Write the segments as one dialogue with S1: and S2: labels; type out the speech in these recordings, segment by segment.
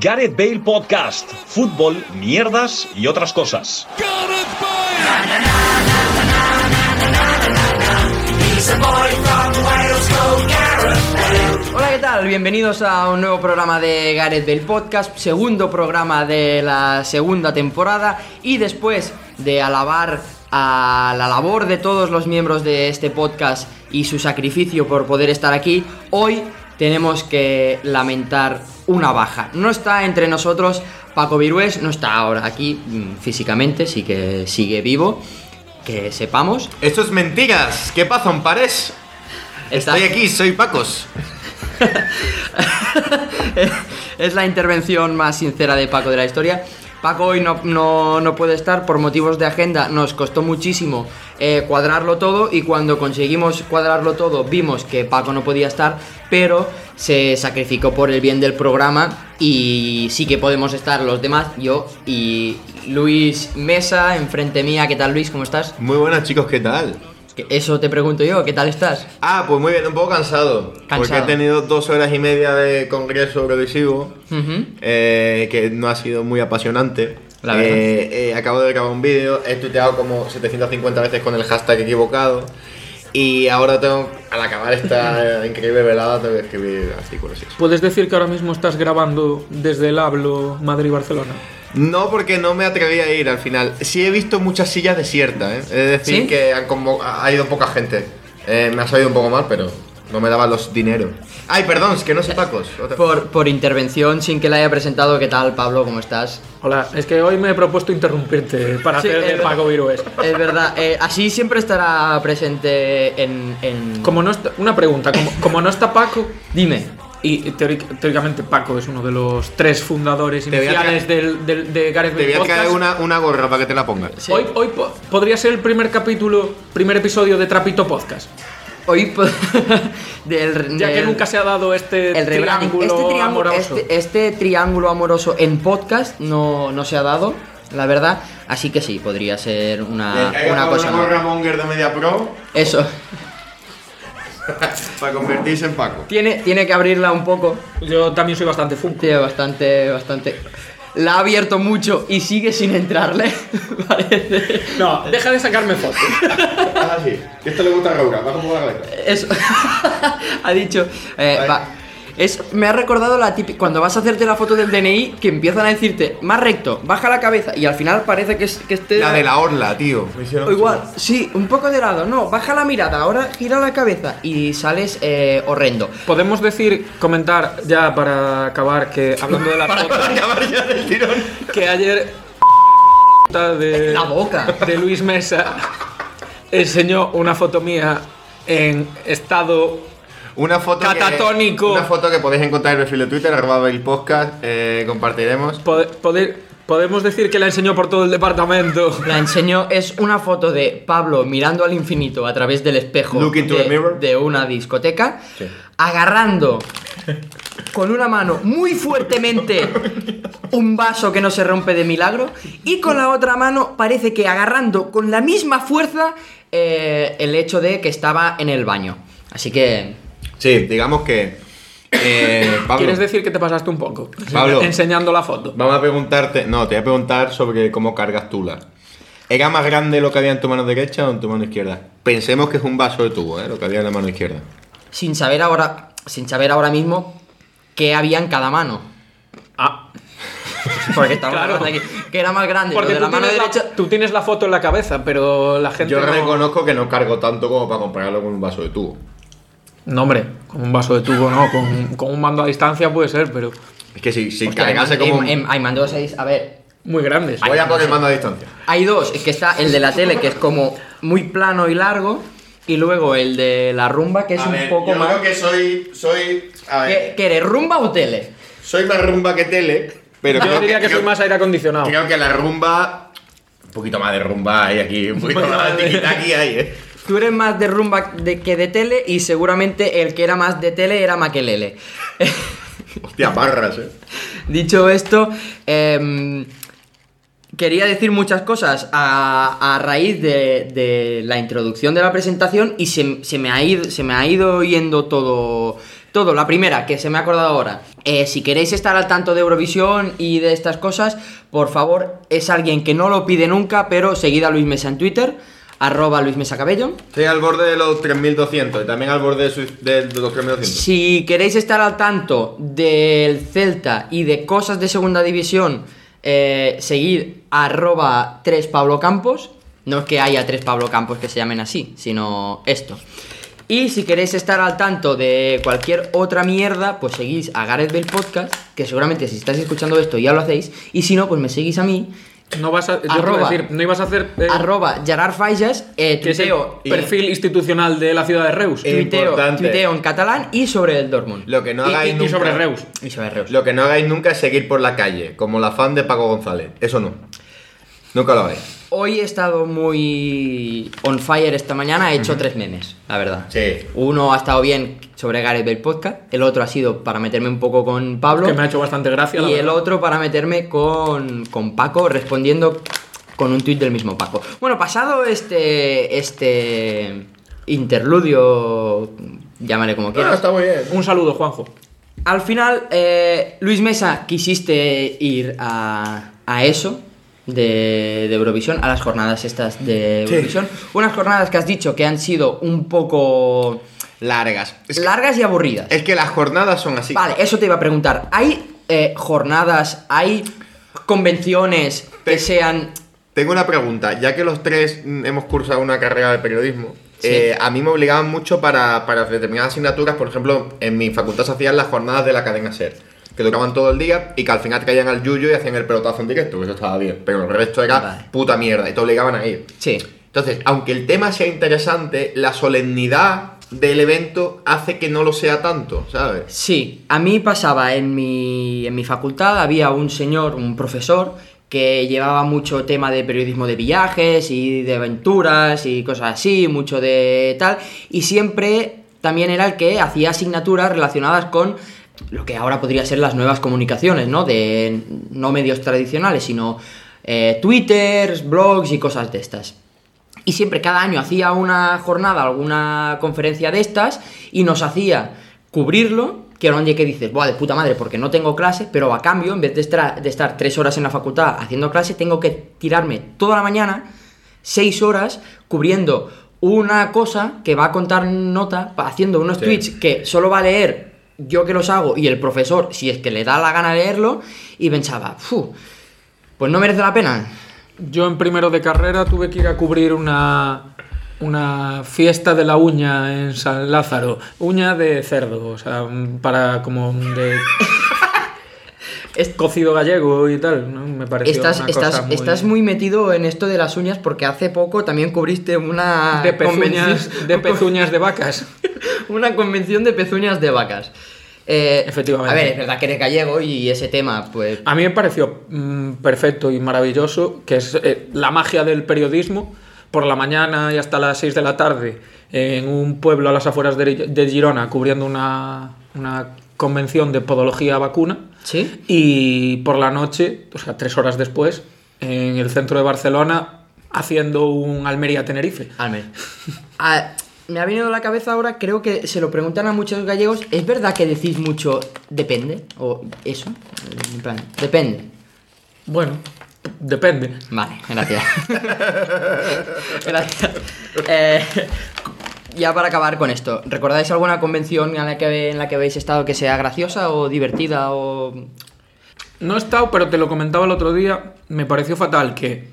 S1: Gareth Bale Podcast, fútbol, mierdas y otras cosas.
S2: Hola, ¿qué tal? Bienvenidos a un nuevo programa de Gareth Bale Podcast, segundo programa de la segunda temporada y después de alabar a la labor de todos los miembros de este podcast y su sacrificio por poder estar aquí, hoy tenemos que lamentar una baja. No está entre nosotros Paco Virués, no está ahora aquí mm, físicamente, sí que sigue vivo, que sepamos.
S3: Esto es mentiras. ¿Qué pasa, Pares?
S2: Está-
S3: Estoy aquí, soy Pacos.
S2: es la intervención más sincera de Paco de la historia. Paco hoy no, no- no puede estar por motivos de agenda, nos costó muchísimo eh, cuadrarlo todo y cuando conseguimos cuadrarlo todo vimos que Paco no podía estar, pero se sacrificó por el bien del programa y sí que podemos estar los demás, yo y Luis Mesa, enfrente mía, ¿qué tal Luis? ¿Cómo estás?
S3: Muy buenas, chicos, ¿qué tal?
S2: Que- Eso te pregunto yo, ¿qué tal estás?
S3: Ah, pues muy bien, un poco cansado. Porque he
S2: Cansado.
S3: tenido dos horas y media de congreso eurovisivo,
S2: Ujú.
S3: eh, que no ha sido muy apasionante.
S2: La verdad.
S3: Eh, eh, acabo de grabar un vídeo, he tuiteado como 750 veces con el hashtag equivocado. Y ahora tengo, al acabar esta increíble velada, tengo que escribir artículos y eso.
S4: ¿Puedes decir que ahora mismo estás grabando desde el hablo Madrid-Barcelona?
S3: No, porque no me atreví a ir al final. Sí he visto muchas sillas desiertas, ¿eh? Es decir,
S2: ¿Sí?
S3: que han convo- ha ido poca gente. Eh, me ha salido un poco mal, pero no me daban los dineros. Ay, perdón, es que no sé tacos. Otra-
S2: Por, por intervención, sin que la haya presentado, ¿qué tal Pablo? ¿Cómo estás?
S4: Hola, es que hoy me he propuesto interrumpirte para
S2: Sí,
S4: hacer
S2: es
S4: de
S2: verdad.
S4: Paco Virués.
S2: Es verdad, eh, así siempre estará presente en. en-
S4: Como no está, una pregunta, como, como no está Paco,
S2: Dime.
S4: y teóric- teóricamente Paco es uno de los tres fundadores
S3: Te voy a
S4: iniciales
S3: traer-
S4: del, del- de Gareth
S3: Te voy
S4: Bale
S3: a
S4: Podcast.
S3: caer una, una gorra para que te la pongas.
S2: Sí.
S4: Hoy, hoy po- podría ser el primer capítulo, primer episodio de Trapito Podcast,
S2: Hoy. po- del,
S4: ya que
S2: del-
S4: nunca se ha dado este
S2: el rebranding.
S4: triángulo,
S2: este, triángulo-
S4: amoroso.
S2: este- este triángulo amoroso en podcast no, no se ha dado, la verdad. Así que sí, podría ser una, Ah, una cosa. nueva.
S3: Monger de Media Pro
S2: Eso.
S3: para convertirse en Paco.
S2: Tiene, tiene que abrirla un poco.
S4: Yo también soy bastante funko.
S2: Tiene bastante, bastante. La ha abierto mucho y sigue sin entrarle, parece.
S4: No, deja de sacarme fotos.
S3: Ah, sí. Esto le gusta a Raúl, baja un poco la cabeza.
S2: Eso. ha dicho. eh,
S3: Vale.
S2: va. Es, me ha recordado la típica. Cuando vas a hacerte la foto del DNI, que empiezan a decirte más recto, baja la cabeza, y al final parece que, es- que esté.
S3: La de la orla, tío. Me hicieron
S2: O igual, sí, un poco de lado, no, baja la mirada, ahora gira la cabeza y sales eh, horrendo.
S4: Podemos decir, comentar ya para acabar que hablando de las fotos,
S3: acabar ya del tirón.
S4: que ayer de,
S2: La boca.
S4: de Luis Mesa enseñó una foto mía en estado
S3: Una foto
S4: Catatónico.
S3: Que, una foto que podéis encontrar en el perfil de Twitter, arroba el podcast, eh, compartiremos.
S4: pode- pode- podemos decir que la enseñó por todo el departamento.
S2: La enseñó, es una foto de Pablo mirando al infinito a través del espejo
S3: Look into the
S2: de,
S3: mirror.
S2: de una discoteca,
S3: Sí.
S2: agarrando con una mano muy fuertemente un vaso que no se rompe de milagro y con la otra mano parece que agarrando con la misma fuerza eh, el hecho de que estaba en el baño. Así que...
S3: Sí, digamos que. eh, Pablo,
S4: ¿Quieres decir que te pasaste un poco?
S3: Pablo.
S4: Enseñando la foto.
S3: Vamos a preguntarte. No, te voy a preguntar sobre cómo cargas tú la. ¿Era más grande lo que había en tu mano derecha o en tu mano izquierda? Pensemos que es un vaso de tubo, ¿eh? Lo que había en la mano izquierda.
S2: sin saber ahora sin saber ahora mismo qué había en cada mano
S4: Ah,
S2: porque estamos
S4: Claro.
S2: hablando aquí que era más grande lo
S4: porque
S2: de
S4: tú,
S2: la mano
S4: tienes la-
S2: derecha
S4: tú tienes la foto en la cabeza, pero la gente
S3: Yo
S4: no-
S3: reconozco que no cargo tanto como para compararlo con un vaso de tubo.
S4: No, hombre, con un vaso de tubo no, con, con un mando a distancia puede ser, pero
S3: Es que si, si
S2: Hostia, hay
S3: cargase
S2: man-
S3: como.
S2: hay- hay mandos seis- a ver
S4: muy grandes.
S3: Voy a poner mando a distancia.
S2: hay dos es que está el de la tele que es como muy plano y largo y luego el de la rumba que es un poco más
S3: que soy. soy a
S2: ¿Qué, qué eres rumba o tele
S3: soy más rumba que tele, pero
S4: Yo diría que, soy más aire acondicionado.
S3: Creo que la rumba. Un poquito más de rumba hay aquí, un poquito más de tiki hay, eh.
S2: Tú eres más de rumba de- que de tele y seguramente el que era más de tele era Maquelele.
S3: Hostia, barras, eh.
S2: Dicho esto, em, quería decir muchas cosas a, a raíz de, de la introducción de la presentación y se, se me, ha ido, se me ha ido yendo todo, todo. La primera, que se me ha acordado ahora. Eh, si queréis estar al tanto de Eurovisión y de estas cosas, por favor, es alguien que no lo pide nunca, pero seguid a Luis Mesa en Twitter, arroba Luis Mesa Cabello.
S3: Estoy al borde de los 3200 y también al borde de, su- de los 3200.
S2: Si queréis estar al tanto del Celta y de cosas de segunda división, eh, seguid arroba 3 Pablo Campos. No es que haya tres Pablo Campos que se llamen así, sino esto. Y si queréis estar al tanto de cualquier otra mierda, pues seguís a Gareth Bell Podcast, que seguramente si estáis escuchando esto ya lo hacéis. Y si no, pues me seguís a mí,
S4: No vas a. yo te iba a
S2: Arroba.
S4: decir, no ibas a hacer. eh,
S2: arroba Gerard Faixas, eh,
S4: que es el
S2: tuiteo,
S3: y-
S4: perfil institucional de la ciudad de Reus.
S3: Eh,
S2: tuiteo,
S3: importante.
S2: tuiteo en catalán y sobre el Dortmund.
S3: Lo que no
S4: Y- y-
S3: hagáis
S4: y
S3: nunca.
S4: sobre Reus.
S2: Y sobre Reus.
S3: Lo que no hagáis nunca es seguir por la calle, como la fan de Paco González. Eso no. Nunca lo hagáis.
S2: Hoy he estado muy on fire esta mañana, he hecho tres memes, la verdad.
S3: Sí.
S2: Uno ha estado bien sobre Gareth Bale Podcast, el otro ha sido para meterme un poco con Pablo
S4: que me ha hecho bastante gracia. la
S2: y el
S4: verdad.
S2: otro para meterme con, con Paco respondiendo con un tuit del mismo Paco. Bueno, pasado este, este interludio, llámale como quieras.
S3: Ah, muy bien.
S4: Un saludo, Juanjo.
S2: Al final, eh, Luis Mesa, quisiste ir a, a eso de, de Eurovisión, a las jornadas estas de
S3: Sí.
S2: Eurovisión. Unas jornadas que has dicho que han sido un poco
S3: Largas. Es que, Eh,
S2: largas y aburridas.
S3: es que las jornadas son así.
S2: Vale, eso te iba a preguntar. ¿Hay eh, jornadas, hay convenciones que
S3: Te-
S2: sean...
S3: Tengo una pregunta. Ya que los tres mm, hemos cursado una carrera de periodismo,
S2: Sí.
S3: eh, a mí me obligaban mucho para, para determinadas asignaturas. Por ejemplo, en mi facultad se hacían las jornadas de la cadena SER, que duraban todo el día y que al final te caían al yuyo y hacían el pelotazo en directo, que eso estaba bien. Pero el resto era
S2: Vale.
S3: puta mierda y te obligaban a ir.
S2: Sí.
S3: Entonces, aunque el tema sea interesante, la solemnidad del evento hace que no lo sea tanto, ¿sabes?
S2: Pues Sí, a mí pasaba en mi, en mi facultad, había un señor, un profesor, que llevaba mucho tema de periodismo de viajes y de aventuras y cosas así, mucho de tal, y siempre también era el que hacía asignaturas relacionadas con lo que ahora podría ser las nuevas comunicaciones, ¿no? De no medios tradicionales, sino eh, Twitter, blogs y cosas de estas. Y siempre cada año hacía una jornada, alguna conferencia de estas, y nos hacía cubrirlo, que era un día que dices, Buah, de puta madre, porque no tengo clase, pero a cambio, en vez de estra- de estar tres horas en la facultad haciendo clase, tengo que tirarme toda la mañana, seis horas, cubriendo una cosa que va a contar nota, pa- haciendo unos
S3: Sí.
S2: tweets que solo va a leer yo que los hago y el profesor, si es que le da la gana leerlo, y pensaba, "Fu, pues no merece la pena.
S4: Yo en primero de carrera tuve que ir a cubrir una, una fiesta de la uña en San Lázaro. Uña de cerdo, o sea, un- para como un de
S2: Es-
S4: cocido gallego y tal, ¿no? Me pareció
S2: Estás,
S4: una cosa
S2: estás,
S4: muy...
S2: estás muy metido en esto de las uñas porque hace poco también cubriste una convenci-
S4: De pezuñas, de pezuñas de vacas.
S2: una convención de pezuñas de vacas. Eh,
S4: Efectivamente.
S2: A ver, es verdad que eres gallego y ese tema, pues.
S4: A mí me pareció mm, perfecto y maravilloso, que es eh, la magia del periodismo, por la mañana y hasta las 6 de la tarde, en un pueblo a las afueras de, de Girona, cubriendo una, una convención de podología vacuna,
S2: ¿Sí?
S4: y por la noche, o sea, tres horas después, en el centro de Barcelona, haciendo un Almería-Tenerife.
S2: Almer. Ah, me ha venido a la cabeza ahora, creo que se lo preguntan a muchos gallegos. ¿Es verdad que decís mucho depende? ¿O eso? En plan, depende.
S4: Bueno, depende.
S2: Vale, gracias. gracias. Eh, ya para acabar con esto, ¿recordáis alguna convención en la, que, en la que habéis estado que sea graciosa o divertida o...?
S4: No he estado, pero te lo comentaba el otro día. Me pareció fatal que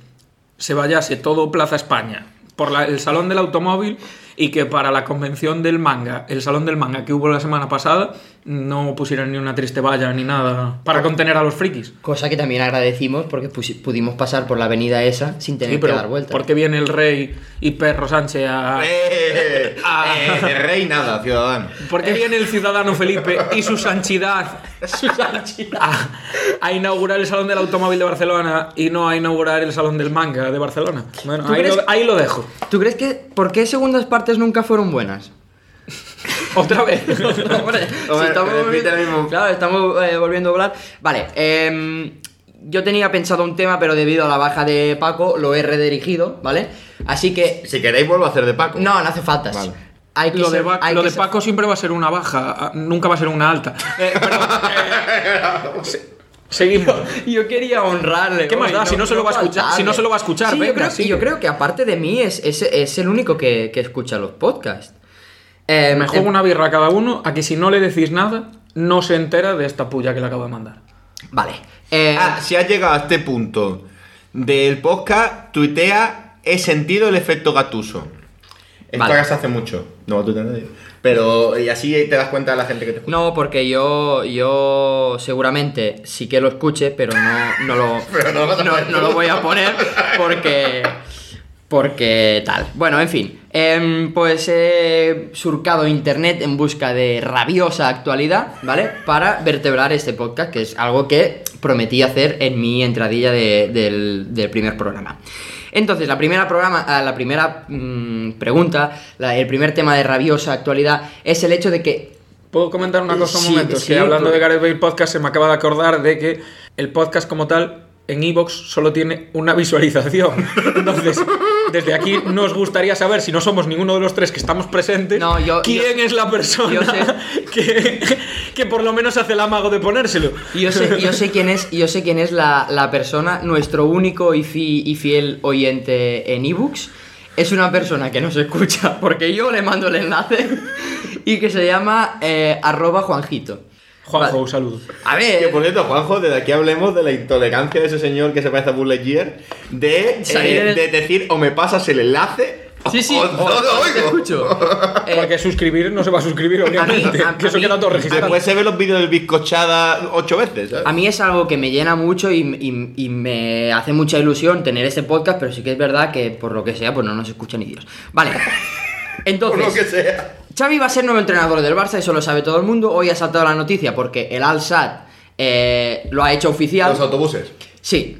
S4: se vayase todo Plaza España por la- el Salón del Automóvil y que para la convención del manga, el Salón del Manga que hubo la semana pasada, no pusieran ni una triste valla ni nada para contener a los frikis.
S2: Cosa que también agradecimos porque pusi- pudimos pasar por la avenida esa sin tener
S4: Sí, pero
S2: que dar vueltas.
S4: porque viene el rey y Perro Sánchez a...
S3: Eh,
S4: Ah.
S3: eh, de rey nada, ciudadano.
S4: ¿Por qué viene el ciudadano Felipe y su sanchidad a, a inaugurar el Salón del Automóvil de Barcelona y no a inaugurar el Salón del Manga de Barcelona? Bueno,
S2: ¿Tú
S4: ahí
S2: crees-
S4: lo, ahí lo dejo.
S2: ¿Tú crees que por qué segundas partes nunca fueron buenas?
S4: Otra vez.
S2: Hombre, si
S3: Hombre,
S2: estamos
S3: repite
S2: volviendo-
S3: el mismo.
S2: Claro, estamos eh, volviendo a hablar. Vale, em, yo tenía pensado un tema, pero debido a la baja de Paco lo he redirigido, ¿vale? Así que.
S3: Si queréis, vuelvo a hacer de Paco.
S2: No, no hace falta.
S3: Vale.
S2: Hay que
S4: Lo de,
S2: ser-
S4: Ba-
S2: hay
S4: lo
S2: que
S4: de
S2: ser-
S4: Paco siempre va a ser una baja, ah, nunca va a ser una alta. Eh, perdón, eh, Se- Seguimos.
S2: Yo quería honrarle.
S4: ¿Qué más
S2: hoy,
S4: da? Si no se lo va a escuchar-
S2: faltarle.
S4: si no se lo va a escuchar,
S2: Sí, yo,
S4: venga,
S2: creo,
S4: sigue.
S2: yo creo que aparte de mí es, es, es el único que, que escucha los podcasts. Eh,
S4: Me juego
S2: eh,
S4: una birra a cada uno a que si no le decís nada, no se entera de esta puya que le acabo de mandar.
S2: Vale. Eh,
S3: Ah, si has llegado a este punto del podcast, tuitea he sentido el efecto gatuso. Esto
S2: Vale.
S3: ahora se hace mucho. No lo tuitea nadie. Pero y así te das cuenta de la gente que te escucha.
S2: no, porque yo, yo seguramente sí que lo escuche, pero no, no, lo,
S3: Pero no lo vas a poner.
S2: no lo voy a poner porque. Porque tal. Bueno, en fin. Em, pues he surcado internet en busca de rabiosa actualidad, ¿vale? Para vertebrar este podcast, que es algo que prometí hacer en mi entradilla de- del, del primer programa. Entonces, la primera, programa, ah, la primera mm, pregunta, la- el primer tema de rabiosa actualidad es el hecho de que
S4: ¿Puedo comentar una cosa un
S2: Eh, Sí,
S4: momento?
S2: sí,
S4: que hablando
S2: porque-
S4: de Gareth Bale Podcast se me acaba de acordar de que el podcast como tal en Evox solo tiene una visualización. Entonces, desde aquí nos gustaría saber, si no somos ninguno de los tres que estamos presentes,
S2: No, yo-
S4: quién es la persona
S2: yo sé.
S4: que, que por lo menos hace el amago de ponérselo.
S2: Yo sé, yo sé quién es, yo sé quién es la, la persona, nuestro único y, fi- y fiel oyente en ebooks. Es una persona que nos escucha porque yo le mando el enlace y que se llama eh, arroba Juanjito.
S4: Juanjo,
S2: Vale.
S4: un saludo.
S2: A
S3: Que por
S2: ver,
S3: cierto, Juanjo, desde aquí hablemos de la intolerancia de ese señor que se parece a Buzz Lightyear de,
S2: Salir
S3: eh,
S2: en el-
S3: de decir o me pasas el enlace
S2: sí, sí,
S3: o
S2: o-
S3: Oh, no lo
S2: te
S3: oigo.
S2: escucho. Eh,
S4: Porque suscribir no se va a suscribir, obviamente.
S2: a-
S4: que eso
S2: a mí-
S4: queda todo registrado.
S3: Después se ve los vídeos del bizcochada ocho veces, ¿sabes?
S2: A mí es algo que me llena mucho y, y- y me hace mucha ilusión tener este podcast, pero sí que es verdad que por lo que sea, pues no nos escucha ni Dios. Vale.
S3: Por
S2: Entonces,
S3: lo que sea.
S2: Xavi va a ser nuevo entrenador del Barça, eso lo sabe todo el mundo. Hoy ha saltado la noticia porque el Al-Sad eh, lo ha hecho oficial.
S3: Los autobuses.
S2: Sí,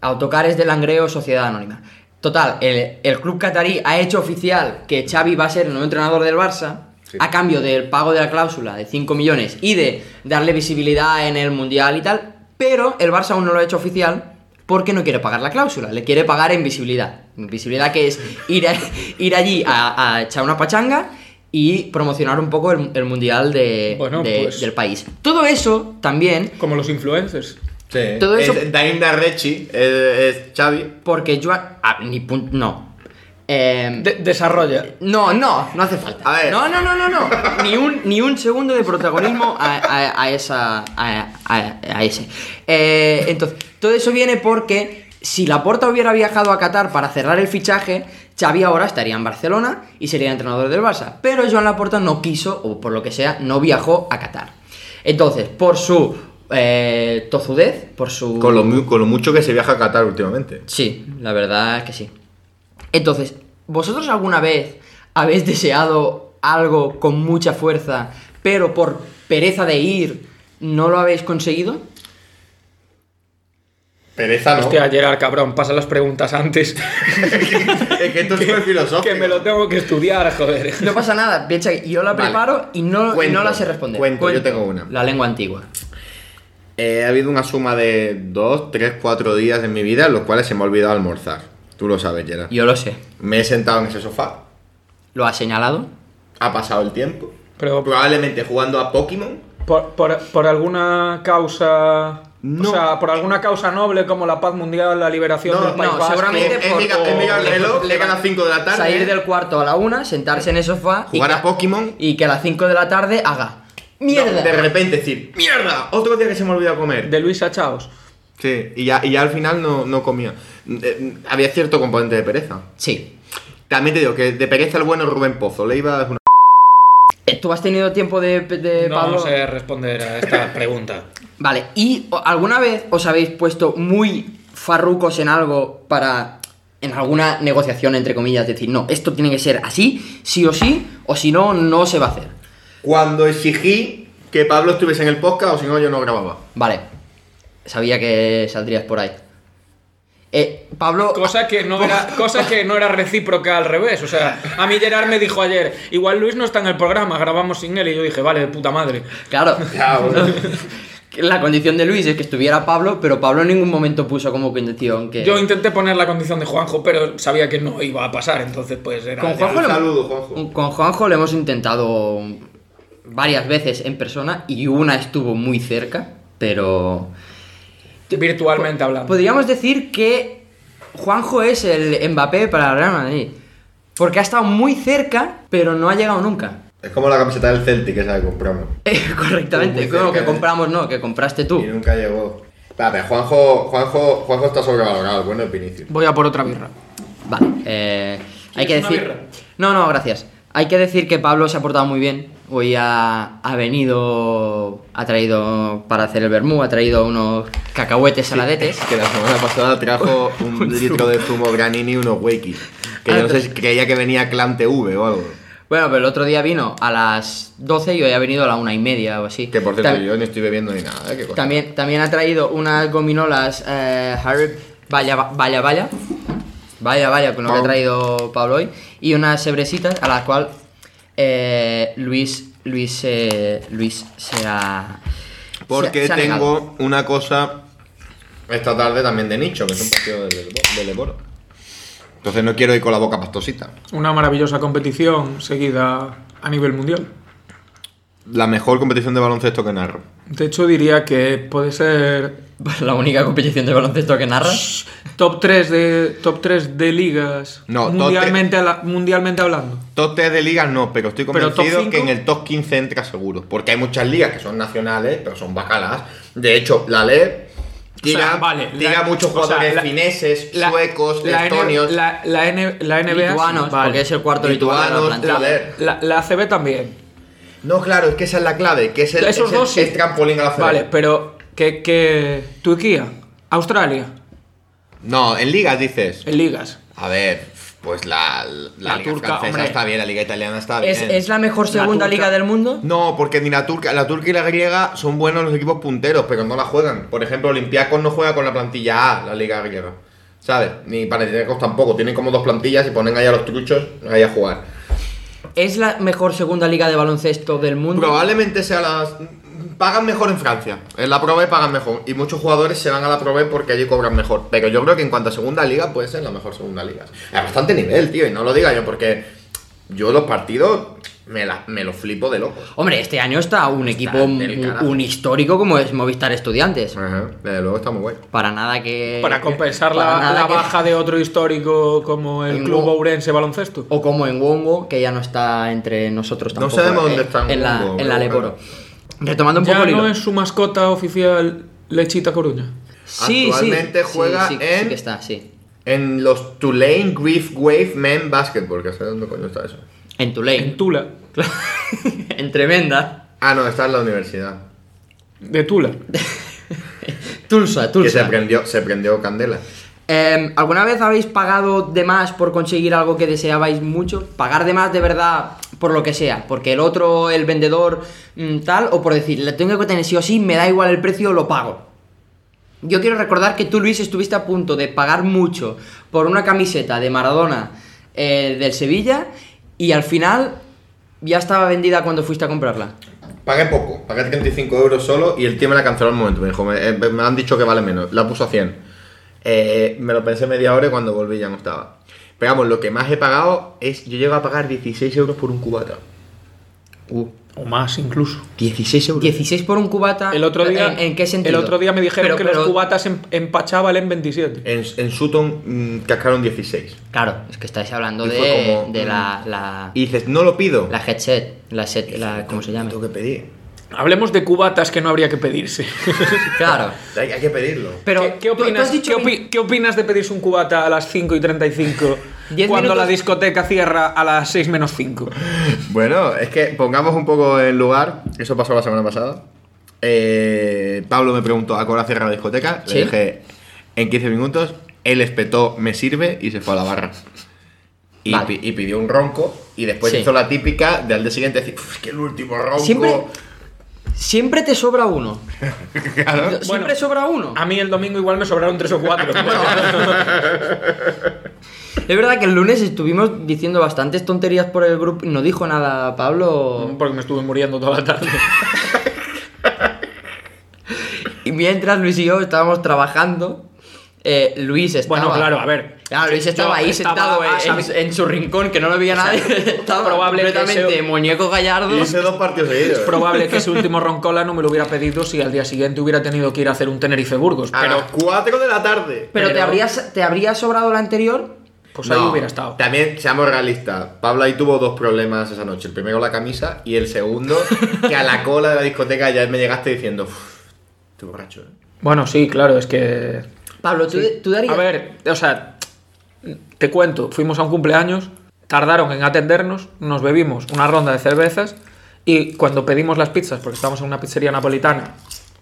S2: autocares de Langreo, Sociedad Anónima. Total, el, el club catarí ha hecho oficial que Xavi va a ser el nuevo entrenador del Barça
S3: Sí.
S2: a cambio del pago de la cláusula de 5 millones y de darle visibilidad en el Mundial y tal, pero el Barça aún no lo ha hecho oficial porque no quiere pagar la cláusula, le quiere pagar en visibilidad. En visibilidad que es ir, a- ir allí a, a echar una pachanga y promocionar un poco el, el Mundial de-
S4: Bueno,
S2: de-
S4: pues.
S2: del país. Todo eso también
S4: Como los influencers.
S3: Sí.
S2: Todo eso-
S3: Es Dainda Rechi, es, es Xavi.
S2: Porque yo. ah, ni punto. No. Eh,
S4: De- desarrolla.
S2: No, no, no hace falta.
S3: A ver.
S2: No, no, no, no, no. Ni un, ni un segundo de protagonismo a, a- a esa. a, a- a ese. Eh, entonces, todo eso viene porque si Laporta hubiera viajado a Qatar para cerrar el fichaje, Xavi ahora estaría en Barcelona y sería entrenador del Barça. Pero Joan Laporta no quiso, o por lo que sea, no viajó a Qatar. Entonces, por su eh, tozudez, por su.
S3: Con lo, mu- con lo mucho que se viaja a Qatar últimamente.
S2: Sí, la verdad es que sí. Entonces, ¿vosotros alguna vez habéis deseado algo con mucha fuerza, pero por pereza de ir, no lo habéis conseguido?
S3: Pereza no.
S4: Hostia, Gerard, cabrón, pasa las preguntas antes.
S3: es que esto es súper filosófico.
S4: que me lo tengo que estudiar, joder.
S2: No pasa nada, piensa que yo la
S3: Vale.
S2: preparo y no, y
S3: Cuento,
S2: no la sé responder.
S3: cuento, yo tengo una.
S2: La lengua antigua.
S3: Eh, ha habido una suma de dos, tres, cuatro días en mi vida en los cuales se me ha olvidado almorzar. Tú lo sabes, Gerard.
S2: Yo lo sé.
S3: Me he sentado en ese sofá,
S2: ¿Lo has señalado?
S3: ha pasado el tiempo,
S4: Pero
S3: probablemente jugando a Pokémon.
S4: por, por- por alguna causa.
S3: No.
S4: O sea, por alguna causa noble como la paz mundial, la liberación
S3: No,
S4: del país
S2: no,
S4: vasco.
S2: seguramente-
S3: He- he
S2: por-
S3: mirado- he mirado el
S2: por-
S3: reloj,
S2: le-
S3: llegan las 5 de la tarde.
S2: Salir del cuarto a la una, sentarse en el sofá
S3: Jugar
S2: y,
S3: a
S2: que-
S3: Pokémon.
S2: y que a las 5 de la tarde haga. ¡Mierda!
S3: No, de repente decir, ¡mierda! Otro día que se me ha olvidado comer.
S4: De Luisa Chaos.
S3: Sí, y ya, y ya al final no, no comía. Eh, había cierto componente de pereza.
S2: Sí.
S3: También te digo que de pereza el bueno Rubén Pozo. Le iba a una...
S2: Eh, ¿Tú has tenido tiempo de, de
S4: no,
S2: Eh, Pablo?
S4: sé responder a esta pregunta.
S2: Vale, ¿y o- alguna vez os habéis puesto muy farrucos en algo para, en alguna negociación, entre comillas, decir, no, esto tiene que ser así, sí o sí, o si no, no se va a hacer?
S3: Cuando exigí que Pablo estuviese en el podcast o si no yo no grababa.
S2: Vale, sabía que saldrías por ahí. Eh, Pablo...
S4: Cosa que, no era, cosa que no era recíproca al revés. O sea, a mí Gerard me dijo ayer, igual Luis no está en el programa, grabamos sin él. Y yo dije, vale, de puta madre.
S2: Claro.
S3: Ya, bueno.
S2: La condición de Luis es que estuviera Pablo, pero Pablo en ningún momento puso como condición que...
S4: Yo intenté poner la condición de Juanjo, pero sabía que no iba a pasar. Entonces, pues era.
S2: Con
S4: ya.
S2: Juanjo
S3: Un
S2: le-
S3: saludo, Juanjo.
S2: Con Juanjo lo hemos intentado varias veces en persona y una estuvo muy cerca. pero...
S4: Virtualmente hablando.
S2: Podríamos decir que Juanjo es el Mbappé para el Real Madrid. Porque ha estado muy cerca, pero no ha llegado nunca.
S3: Es como la camiseta del Celtic esa que compramos.
S2: Eh, correctamente,
S3: Muy
S2: como que
S3: cerca, ¿eh?
S2: compramos, no, que compraste
S3: Y
S2: tú.
S3: nunca llegó. Espérate, Juanjo, Juanjo, Juanjo está sobrevalorado, el bueno de Vinicius.
S4: Voy a por otra birra.
S2: Vale, eh, hay que
S4: ¿Quieres una
S2: decir...
S4: birra?
S2: No, no, gracias. Hay que decir que Pablo se ha portado muy bien. Hoy ha, ha venido, ha traído para hacer el vermú, ha traído unos cacahuetes saladetes.
S3: Que la semana pasada trajo un litro de zumo granini y unos wakis. Que yo no sé si
S2: Ah.
S3: creía que venía Clan TV o algo.
S2: Bueno, pero el otro día vino a las 12 y hoy ha venido a la una y media o así.
S3: Que por cierto,
S2: Tam-
S3: yo ni estoy bebiendo ni nada, ¿eh? Qué cosa.
S2: Pues también, también ha traído unas gominolas eh, Harib, vaya, va- vaya, vaya. Vaya, vaya, con lo que ha
S3: Pau.
S2: traído Pablo hoy. Y unas cebresitas a las cual eh, Luis, Luis, eh, Luis se ha... se
S3: Porque
S2: ha- se ha negado.
S3: tengo una cosa esta tarde también de nicho, que es un partido del, del Leboro. Entonces no quiero ir con la boca pastosita.
S2: Pues-
S4: Una maravillosa competición seguida a nivel mundial.
S3: La mejor competición de baloncesto que narro.
S4: De hecho, diría que puede ser
S2: Pues La única competición de baloncesto que narra.
S4: top 3 de, top 3 de ligas
S3: No, top
S4: mundialmente, ala- mundialmente hablando.
S3: Top 3 de ligas no, pero estoy
S4: Pero top
S3: convencido
S4: cinco.
S3: que en el top 15 entra seguro. Porque hay muchas ligas que son nacionales, pero son bacalas. De hecho, la LEB tira,
S4: O sea, vale,
S3: tira
S4: la-
S3: muchos
S4: o sea,
S3: jugadores
S4: la-
S3: fineses, suecos,
S4: la N- E,
S3: estonios,
S4: la, la N- la NBA.
S2: Lituanos,
S4: vale.
S2: porque es el cuarto lituano de la
S3: lituanos,
S2: plantilla.
S3: joder.
S4: La, E. la ACB también.
S3: No, claro, es que esa es la clave, que es el,
S4: Esos
S3: es el-
S4: dos sí.
S3: es trampolín a la CB.
S4: Vale, pero que, que Turquía, Australia,
S3: No, en ligas dices.
S4: en ligas.
S3: A ver, pues la, la,
S4: La
S3: liga
S4: turca,
S3: francesa
S4: hombre.
S3: está bien, la liga italiana está bien.
S2: ¿Es, es la mejor
S4: La
S2: segunda
S4: turca.
S2: liga del mundo?
S3: No, porque ni la turca, la turca y la griega son buenos los equipos punteros, pero no la juegan. Por ejemplo, Olympiacos no juega con la plantilla A, la liga griega. ¿Sabes? Ni Panathinaikos tampoco. Tienen como dos plantillas y ponen ahí a los truchos ahí a jugar.
S2: ¿Es la mejor segunda liga de baloncesto del mundo?
S3: Probablemente sea las... Pagan mejor en Francia. En la Pro B pagan mejor. Y muchos jugadores se van a la Pro B porque allí cobran mejor. Pero yo creo que en cuanto a segunda liga, puede ser la mejor segunda liga. A bastante nivel, tío. Y no lo diga yo porque yo los partidos me, la- me los flipo de locos.
S2: Hombre, este año está un equipo, un,
S3: del carajo.
S2: un histórico como es Movistar Estudiantes.
S3: Ajá. Desde luego está muy bueno.
S2: Para nada
S3: Eh,
S2: que...
S4: Para compensar
S2: para
S4: la,
S2: nada
S4: la
S2: que-
S4: baja de otro histórico como el
S2: En
S4: Club
S2: Bo-
S4: Ourense Baloncesto.
S2: O como en Wongo, que ya no está entre nosotros
S3: No
S2: tampoco.
S3: sabemos dónde
S2: eh,
S3: está
S2: En la,
S3: Wongo,
S2: en la
S3: pero
S2: Leporo. Retomando un
S4: Ya
S2: poco el
S4: no
S2: hilo.
S4: es su mascota oficial Lechita Coruña.
S2: Sí, sí,
S3: Actualmente
S2: sí,
S3: juega
S2: sí, sí
S3: en-
S2: que está, sí.
S3: En los Tulane Grief Wave Men Basketball, que sé dónde coño está eso.
S2: En Tulane.
S4: En Tula.
S2: en Tremenda.
S3: Ah, no, está en la universidad.
S4: De Tula.
S2: Tulsa,
S3: Que se
S2: Tulsa.
S3: prendió, se prendió candela.
S2: Eh, ¿Alguna vez habéis pagado de más por conseguir algo que deseabais mucho? Pagar de más de verdad por lo que sea, porque el otro, el vendedor, mm, tal, o por decir, le tengo que tener sí o sí, me da igual el precio, lo pago. Yo quiero recordar que tú, Luis, estuviste a punto de pagar mucho por una camiseta de Maradona eh, del Sevilla y al final ya estaba vendida cuando fuiste a comprarla.
S3: Pagué poco, pagué 35 euros solo y el tío me la canceló al momento. Me dijo, me, eh, me han dicho que vale menos. La puso a 100. Eh, me lo pensé media hora y cuando volví ya no estaba. Pero vamos, lo que más he pagado es. Yo llego a pagar 16 euros por un cubata.
S4: O más incluso.
S3: 16 euros.
S2: 16 por un cubata. eh,
S4: El otro día,
S2: ¿En, en qué sentido?
S4: El otro día me dijeron
S2: Pero-
S4: que
S2: pero-
S4: los cubatas em- empachaba el M27.
S3: En, en Sutton mm, cascaron 16.
S2: Claro, es que estáis hablando
S3: Y
S2: de,
S3: fue como,
S2: de
S3: mm,
S2: la, la,
S3: Y dices, no lo pido.
S2: la headset, la set, la, ¿cómo se llama?
S3: Tengo que pedir.
S4: Hablemos de cubatas que no habría que pedirse.
S2: Claro.
S3: Hay, hay que pedirlo.
S2: Pero,
S4: ¿Qué, qué
S2: tú- tú has
S4: opinas,
S2: dicho
S4: qué opi- qué opinas de pedirse un cubata a las 5 y 35
S2: Diez
S4: cuando la
S2: minutos-
S4: discoteca cierra a las 6 menos 5?
S3: Bueno, es que pongamos un poco en lugar, eso pasó la semana pasada. Eh, Pablo me preguntó, ¿a qué hora cierra la discoteca?
S2: Sí.
S3: Le dije, en 15 minutos, él espetó, me sirve y se fue a la barra. Y,
S2: Vale.
S3: pi- y pidió un ronco y después
S2: Sí.
S3: hizo la típica de al día siguiente decir, "Uf, es que el último ronco...
S2: Siempre- siempre te sobra uno.
S3: Claro.
S2: Siempre
S4: Bueno. Ah.
S2: sobra uno.
S4: A mí el domingo igual me sobraron 3 o 4.
S2: Es verdad que el lunes estuvimos diciendo bastantes tonterías por el grupo. No dijo nada Pablo.
S4: porque me estuve muriendo toda la tarde.
S2: Y mientras Luis y yo estábamos trabajando, eh, Luis estaba.
S4: Bueno, claro, a ver.
S2: Claro, Luis estaba ahí
S4: estaba
S2: sentado
S4: a
S2: en-
S4: saber.
S2: en, su rincón que no lo veía nadie. Estaba
S4: probable que
S2: completamente
S4: ese-
S2: muñeco gallardo.
S3: Y hice dos partidos seguidos.
S4: Es probable que ese último roncola no me lo hubiera pedido si al día siguiente hubiera tenido que ir a hacer un Tenerife Burgos.
S2: Ah,
S3: A
S4: Pero
S3: las 4 de la tarde.
S2: Pero, te
S4: Pero-
S2: habrías te habría sobrado la anterior.
S4: pues
S3: No,
S4: ahí hubiera estado.
S3: También, seamos realistas, Pablo ahí tuvo dos problemas esa noche. El primero la camisa y el segundo que a la cola de la discoteca ya me llegaste diciendo, "Uf, estoy borracho. ¿eh?".
S4: Bueno, sí, claro, es que.
S2: Pablo, ¿tú, tú darías.
S4: A ver, o sea, te cuento, fuimos a un cumpleaños, tardaron en atendernos, nos bebimos una ronda de cervezas y cuando pedimos las pizzas, porque estábamos en una pizzería napolitana,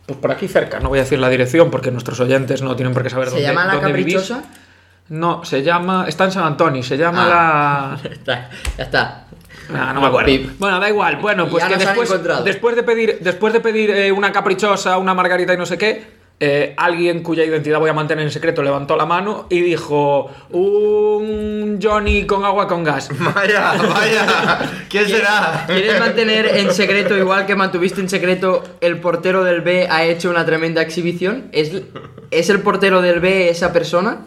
S4: pues por aquí cerca, no voy a decir la dirección porque nuestros oyentes no tienen por qué saber
S2: ¿Se
S4: dónde
S2: llama La
S4: dónde vivís.
S2: Caprichosa? Ah.
S4: No, se llama. Está en San Antonio, se llama la.
S2: Está, ya está.
S4: Ah, no me acuerdo.
S2: Pip.
S4: Bueno, da igual. Bueno, pues
S2: Ya
S4: que
S2: nos han
S4: después,
S2: encontrado.
S4: después de pedir, después de pedir eh, una caprichosa, una margarita y no sé qué, eh, alguien cuya identidad voy a mantener en secreto levantó la mano y dijo un Johnny con agua con gas.
S3: Vaya, vaya. ¿Quién será?
S2: ¿Quieres mantener en secreto, igual que mantuviste en secreto, el portero del B ha hecho una tremenda exhibición? ¿Es, ¿es el portero del B esa persona?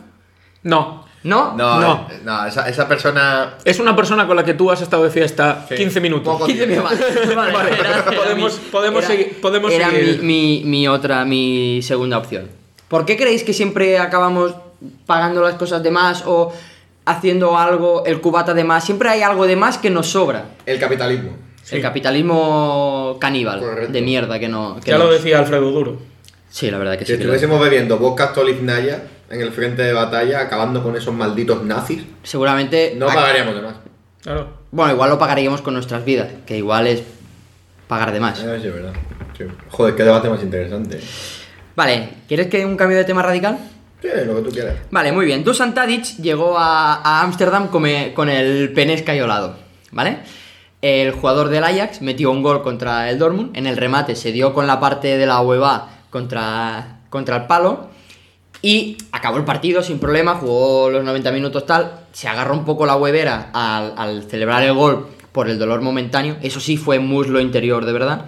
S2: ¿No?
S4: No.
S3: No,
S4: No.
S3: eh, no, esa, esa persona...
S4: Es una persona con la que tú has estado de fiesta
S3: Sí,
S4: 15 minutos.
S3: poco
S2: 15 minutos. Vale,
S4: Vale, podemos- podemos
S2: era-
S4: seguir- podemos
S2: era mi-
S4: seguir.
S2: Mi, mi otra, mi segunda opción. ¿Por qué creéis que siempre acabamos pagando las cosas de más o haciendo algo, el cubata de más? Siempre hay algo de más que nos sobra.
S3: El capitalismo.
S2: El capitalismo caníbal
S3: Correcto.
S2: de mierda que no. que
S4: Ya lo
S2: no-
S4: decía Alfredo Duro.
S2: Sí, la verdad que
S3: Si
S2: sí. que lo-
S3: estuviésemos bebiendo vodka Toliznaya en el frente de batalla, acabando con esos malditos nazis,
S2: Seguramente.
S3: no
S2: ac-
S3: pagaríamos de más.
S4: Claro.
S2: Bueno, igual lo pagaríamos con nuestras vidas, que igual es pagar de más.
S3: Eh, sí, es verdad. Sí. Joder, qué debate más interesante.
S2: Vale, ¿quieres que un cambio de tema radical?
S3: Sí, lo que tú quieras.
S2: Vale, muy bien. Dusan Tadic llegó a a Ámsterdam come- con el penés cayolado, ¿vale? El jugador del Ajax metió un gol contra el Dortmund, en el remate se dio con la parte de la hueva contra, contra el palo y acabó el partido sin problema, jugó los 90 minutos tal, se agarró un poco la huevera al, al celebrar el gol por el dolor momentáneo, eso sí fue muslo interior de verdad.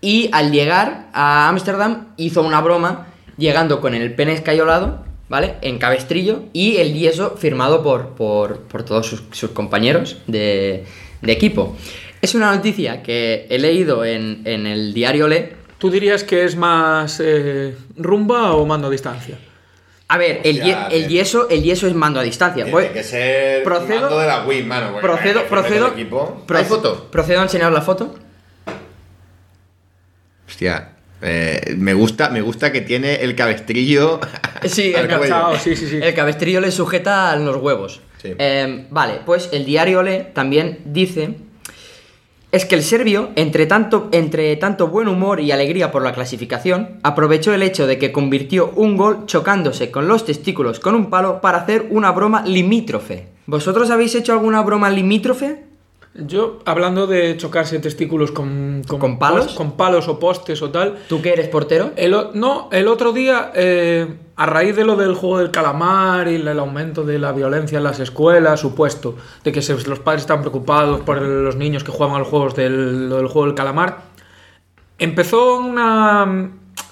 S2: Y al llegar a Ámsterdam hizo una broma llegando con el pene escayolado, ¿vale? En cabestrillo y el yeso firmado por, por, por todos sus, sus compañeros de, de equipo. Es una noticia que he leído en, en el diario Le.
S4: ¿Tú dirías que es más eh, rumba o mando a distancia?
S2: A ver, el,
S3: Hostia,
S2: ye- el
S3: bien.
S2: yeso, el yeso es mando a distancia. Voy-
S3: Tiene que ser
S2: procedo-
S3: mando de la Wii, mano. porque
S2: procedo,
S3: el
S2: procedo,
S3: equipo-
S2: proce-
S3: ¿Hay foto?
S2: procedo a enseñaros la foto.
S3: Hostia. eh, me, gusta, me gusta que tiene el cabestrillo.
S2: Sí,
S3: al
S2: enganchado,
S3: cuello.
S4: Chao, sí, sí, sí.
S2: El cabestrillo le sujeta los huevos.
S3: Sí.
S2: Eh, vale, pues el diario Le también dice es que el serbio, entre tanto, entre tanto buen humor y alegría por la clasificación, aprovechó el hecho de que convirtió un gol chocándose con los testículos con un palo para hacer una broma limítrofe. ¿Vosotros habéis hecho alguna broma limítrofe?
S4: Yo, hablando de chocarse testículos con,
S2: ¿Con palos?
S4: pos- con palos o postes o tal,
S2: ¿Tú que eres portero?
S4: El o- no, el otro día, eh, a raíz de lo del juego del calamar y el aumento de la violencia en las escuelas, supuesto, de que se- los padres están preocupados por el- los niños que juegan a los juegos del, lo del juego del calamar, empezó una mm,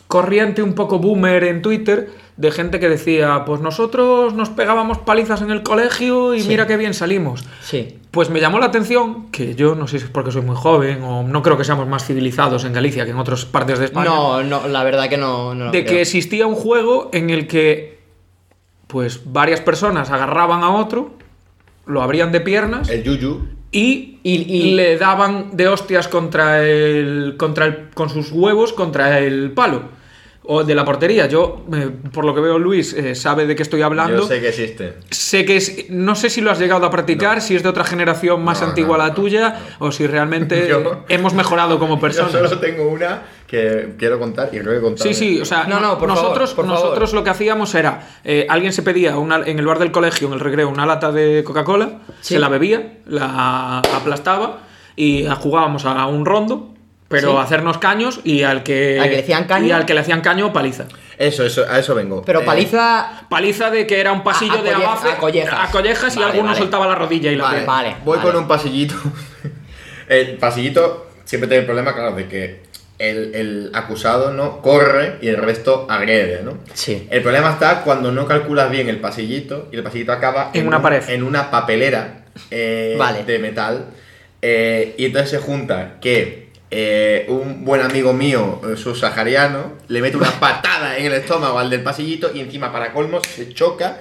S4: corriente un poco boomer en Twitter de gente que decía, pues nosotros nos pegábamos palizas en el colegio y
S2: Sí.
S4: mira qué bien salimos.
S2: Sí.
S4: Pues me llamó la atención que yo no sé si es porque soy muy joven o no creo que seamos más civilizados en Galicia que en otras partes de España
S2: No, no, la verdad que no.
S3: Ah,
S2: no lo
S4: de
S2: creo.
S4: que existía un juego en el que pues varias personas agarraban a otro, lo abrían de piernas
S3: El Yuyu.
S4: y,
S2: Y- y-
S4: le daban de hostias contra el, contra el- con sus huevos contra el palo o de la portería. Yo eh, por lo que veo Luis eh, sabe de qué estoy hablando.
S3: Yo sé que existe.
S4: Sé que es- no sé si lo has llegado a practicar, si es de otra generación más
S3: No,
S4: antigua a
S3: no,
S4: la
S3: no,
S4: tuya o si realmente
S3: Yo-
S4: hemos mejorado como personas.
S3: Yo solo tengo una que quiero contar y creo que contar.
S4: Sí, sí, o sea,
S2: No,
S4: no,
S2: no, por
S4: nosotros,
S2: favor, por
S4: nosotros
S2: favor.
S4: lo que hacíamos era, eh, alguien se pedía una- en el bar del colegio, en el recreo, una lata de Coca-Cola,
S2: Sí.
S4: se la bebía, la aplastaba y jugábamos a un rondo, pero
S2: Sí.
S4: a hacernos caños y al que,
S2: Al que le hacían caño.
S4: y al que le hacían caño paliza.
S3: Eso, eso, a eso vengo.
S2: Pero
S3: Eh,
S2: paliza.
S4: Paliza de que era un pasillo
S2: A- a
S4: de
S2: colle-
S4: abafe
S2: a collejas.
S4: a collejas y
S2: Vale,
S4: alguno
S2: vale.
S4: soltaba la rodilla y la
S2: Vale.
S4: pegaba.
S3: Voy
S2: vale.
S3: con un pasillito. el pasillito siempre tiene el problema, claro, de que el, el acusado no corre y el resto agrede, ¿no?
S2: Sí.
S3: El problema está cuando no calculas bien el pasillito y el pasillito acaba
S4: En una
S3: un-
S4: pared.
S3: En una papelera eh,
S2: Vale.
S3: de metal. eh, y entonces se junta que eh, un buen amigo mío, eh, subsahariano, le mete una patada en el estómago al del pasillito y encima, para colmo, se choca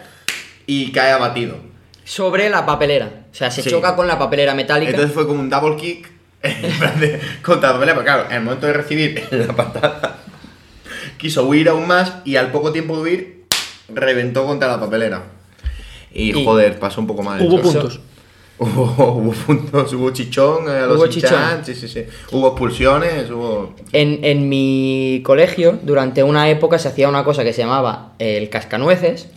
S3: y cae abatido.
S2: Sobre la papelera. O sea, se
S3: Sí.
S2: choca con la papelera metálica.
S3: Entonces fue como un double kick en plan de- contra la papelera, pero claro, en el momento de recibir la patada, quiso huir aún más y al poco tiempo de huir, reventó contra la papelera. Y,
S2: Y-
S3: joder, pasó un poco mal.
S4: Hubo
S3: entonces.
S4: puntos.
S3: Hubo, hubo puntos, hubo chichón, eh, los
S2: Hubo
S3: hubo
S2: chichón.
S3: sí, sí, sí. Hubo expulsiones, hubo.
S2: En, en mi colegio, durante una época, se hacía una cosa que se llamaba el cascanueces,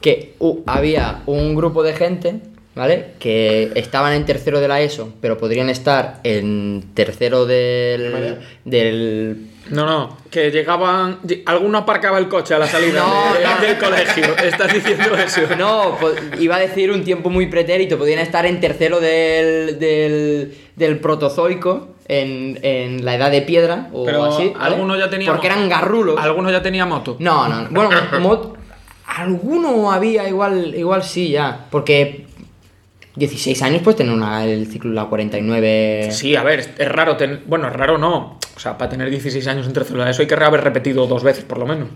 S2: que uh, había un grupo de gente, ¿vale? Que estaban en tercero de la ESO, pero podrían estar en tercero del...
S3: Primaria.
S2: del
S4: No, no, que llegaban. lle- Alguno aparcaba el coche a la salida
S2: No,
S4: de-
S2: no.
S4: del colegio. Estás diciendo eso.
S2: no, po- iba a decir un tiempo muy pretérito, podían estar en tercero del, del, del protozoico, en, en la edad de piedra o
S4: Pero
S2: así. ¿vale?
S4: alguno ya tenía.
S2: Porque eran garrulos.
S4: Alguno ya tenía moto.
S2: No, no, no. Bueno, mod- alguno había, igual, igual sí, ya. Porque 16 años puedes tener una, el ciclo la 49.
S4: Sí, a ver, es raro. ten- Bueno, es raro no. O sea, para tener 16 años en tercero de la ESO hay que haber repetido dos veces por lo menos.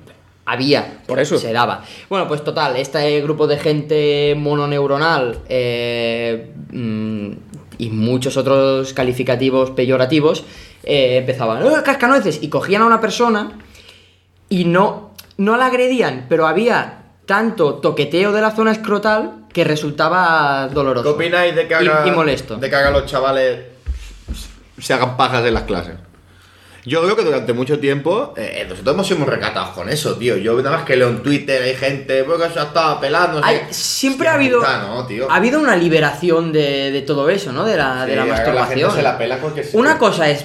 S2: Había.
S4: Por eso.
S2: Se daba. Bueno, pues total, este grupo de gente mononeuronal eh, mm, y muchos otros calificativos peyorativos eh, empezaban, ¡eh, cascanueces! Y cogían a una persona y no, no la agredían, pero había tanto toqueteo de la zona escrotal que resultaba doloroso.
S3: ¿Qué opináis de que haga,
S2: Y, y molesto.
S3: De que hagan los chavales se hagan pajas en las clases. Yo creo que durante mucho tiempo eh, nosotros hemos sido muy recatados con eso, tío. Yo nada más que leo en Twitter, hay gente, porque se ha estado pelando. no sé
S2: Ay,
S3: qué".
S2: siempre ha
S3: Hostia,
S2: habido,
S3: puta, no, tío.
S2: ha habido una liberación de, de todo eso, ¿no? De la, de
S3: Sí,
S2: la
S3: ahora la gente
S2: masturbación.
S3: se la pela porque sí.
S2: Una cosa es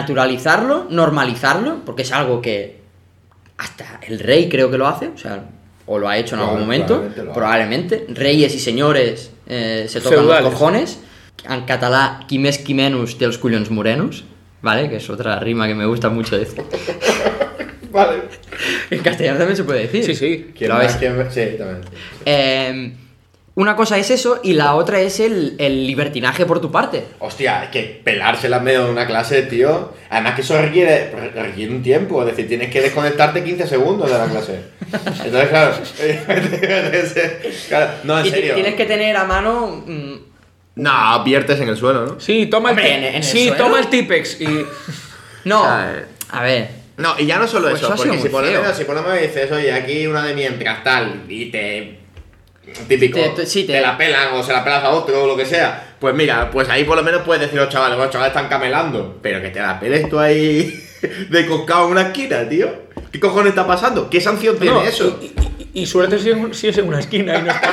S2: naturalizarlo, normalizarlo, porque es algo que hasta el rey creo que lo hace, o sea, o lo ha hecho en algún
S3: Probable-
S2: momento,
S3: probablemente lo haga.
S2: probablemente. Reyes y señores eh, se tocan los
S4: Feudales.
S2: cojones. En catalá, qui més qui menys dels collons morenos, ¿vale? Que es otra rima que me gusta mucho decir.
S3: Vale.
S2: En castellano también se puede decir.
S4: Sí, sí.
S3: ¿Quién
S2: Pero a
S3: más?
S2: veces-
S3: ¿Quién más? Sí, también.
S2: Eh, una cosa es eso y la otra es el, el libertinaje por tu parte.
S3: Hostia, es que pelársela en medio de una clase, tío. Además que eso requiere, re- requiere un tiempo, es decir, tienes que desconectarte 15 segundos de la clase. Entonces, claro, claro, no, Ah, en
S2: Y ti-
S3: serio.
S2: tienes que tener a mano. mm,
S3: No, viertes en el suelo, ¿no?
S4: Sí, toma el,
S2: Hombre,
S4: ti-
S2: en- en el
S4: sí,
S2: suelo.
S4: toma el Tipex. Y...
S2: no,
S3: Ah,
S2: a ver.
S3: No, y ya no solo
S2: Pues eso
S3: eso,
S2: ha sido
S3: porque si
S2: muy feo.
S3: ponemos, si ponemos y dices, oye, aquí una de mientras tal, y te. Típico,
S2: Te- te- sí, te-
S3: la pelan o se la pelas a otro o lo que sea. Pues mira, pues ahí por lo menos puedes decir los chavales, los chavales están camelando, pero que te la peles tú ahí de coscado en una esquina, tío. ¿Qué cojones está pasando? ¿Qué sanción tiene
S4: No,
S3: eso?
S4: Y, y- y suerte si, es- si es en una esquina y no está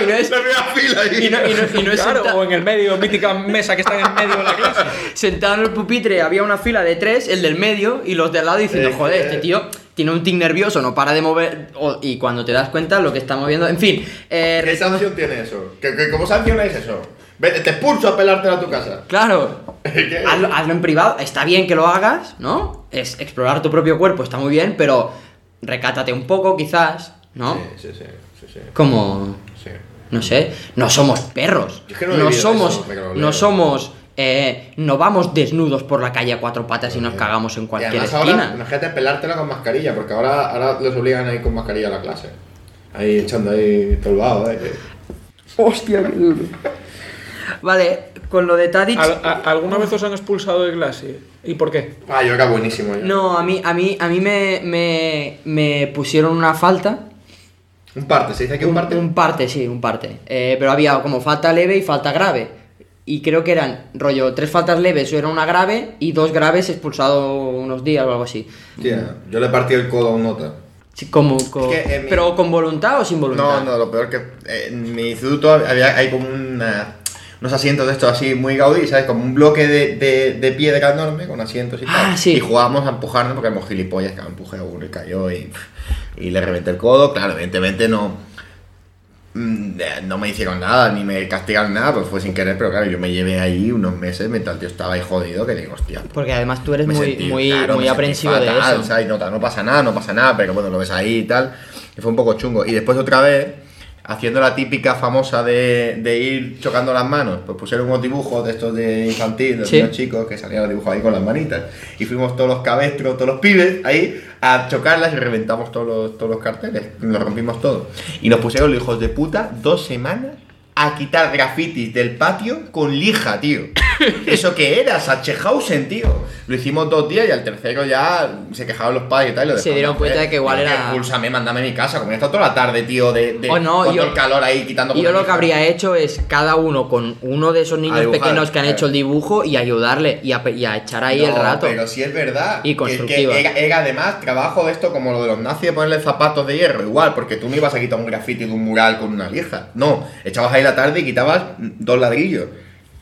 S2: y no es-
S3: La primera fila ahí.
S2: Y no, y no- y no es
S4: Claro,
S2: senta-
S4: o en el medio, mítica mesa que está en el medio de la clase.
S2: sentado en el pupitre, había una fila de tres, el del medio y los de al lado diciendo,
S3: Sí,
S2: joder,
S3: sí.
S2: este tío tiene un tic nervioso, no para de mover. o- y cuando te das cuenta lo que está moviendo. En fin, eh,
S3: ¿Qué sanción tiene eso? ¿Qué, qué- cómo sanciones eso? Vete, te expulso a pelártela a tu casa.
S2: Claro.
S3: ¿Qué?
S2: Hazlo, hazlo en privado. Está bien que lo hagas, ¿no? Es explorar tu propio cuerpo, está muy bien, pero recátate un poco, quizás, ¿no?
S3: Sí, sí, sí, sí, sí,
S2: Como.
S3: sí.
S2: No sé. No somos perros.
S3: Yo es que no he vivido
S2: somos.
S3: eso, me lo
S2: no
S3: leo.
S2: somos. eh, no vamos desnudos por la calle a cuatro patas y nos cagamos en
S3: Eh, Y
S2: cualquier
S3: además
S2: esquina.
S3: Ahora, imagínate pelártela con mascarilla, porque ahora, ahora les obligan a ir con mascarilla a la clase. Ahí echando ahí tolvado, eh.
S2: Hostia, qué duro. Vale, con lo de Tadic.
S4: ¿Al- a- ¿Alguna vez os han expulsado de clase? ¿Y por qué?
S3: Ah, yo era buenísimo. Yo.
S2: No, a mí, a mí, a mí me, me, me pusieron una falta.
S3: Un parte, se dice que un, parte.
S2: Un parte, sí, un parte. Eh, pero había como falta leve y falta grave. Y creo que eran, rollo, tres faltas leves o era una grave y dos graves expulsado unos días o algo así.
S3: Tía, yo le partí el codo a un nota.
S2: Sí, como, co-
S3: Es que en mi-
S2: Pero con voluntad o sin voluntad.
S3: No, no, lo peor que eh, en mi instituto había, hay como una- unos asientos de estos así muy gaudí, ¿sabes? Como un bloque de, de, de piedra enorme con asientos y
S2: Ah,
S3: tal.
S2: sí.
S3: Y jugábamos a empujarnos porque éramos gilipollas, que me empujé a uno y cayó y, y le reventé el codo. Claro, evidentemente no. mm, eh, no me hicieron nada, ni me castigaron nada, pues fue sin querer, pero claro, yo me llevé ahí unos meses mientras el tío estaba ahí jodido, que digo, hostia.
S2: Porque además tú eres
S3: me
S2: muy,
S3: sentí-
S2: muy,
S3: claro,
S2: muy
S3: me sentí
S2: aprensivo de
S3: fatal,
S2: eso.
S3: o sea, y no, no pasa nada, no pasa nada, pero bueno, lo ves ahí y tal. Y fue un poco chungo. Y después otra vez, haciendo la típica famosa de, de ir chocando las manos, pues pusieron unos dibujos de estos de infantil, de
S2: Sí.
S3: niños chicos, que salían los dibujos ahí con las manitas. Y fuimos todos los cabestros, todos los pibes ahí a chocarlas y reventamos todos los, todos los carteles. Nos rompimos todo. Y nos pusieron los hijos de puta dos semanas. A quitar grafitis del patio con lija, tío. ¿Eso que era? Sachehausen, tío. Lo hicimos dos días y al tercero ya se quejaban los padres y tal. y lo
S2: Se
S3: dejaron
S2: dieron
S3: hacer.
S2: cuenta de que igual
S3: Digo,
S2: era-
S3: Expúlsame, mándame a mi casa. Como he estado toda la tarde, tío, de, de
S2: Oh, no,
S3: con
S2: yo-
S3: todo el calor ahí quitando.
S2: Y yo
S3: con
S2: lo
S3: la
S2: que
S3: lija.
S2: habría hecho es cada uno con uno de esos niños
S3: A dibujar,
S2: pequeños que han
S3: claro.
S2: hecho el dibujo y ayudarle y a, pe- y a echar ahí el
S3: eh. No,
S2: rato.
S3: Pero sí es verdad.
S2: Y
S3: que-
S2: constructiva.
S3: Que, era, era además trabajo de esto como lo de los nazis de ponerle zapatos de hierro, igual, porque tú no ibas a quitar un grafiti de un mural con una lija. No, echabas ahí la tarde y quitabas mm, dos ladrillos.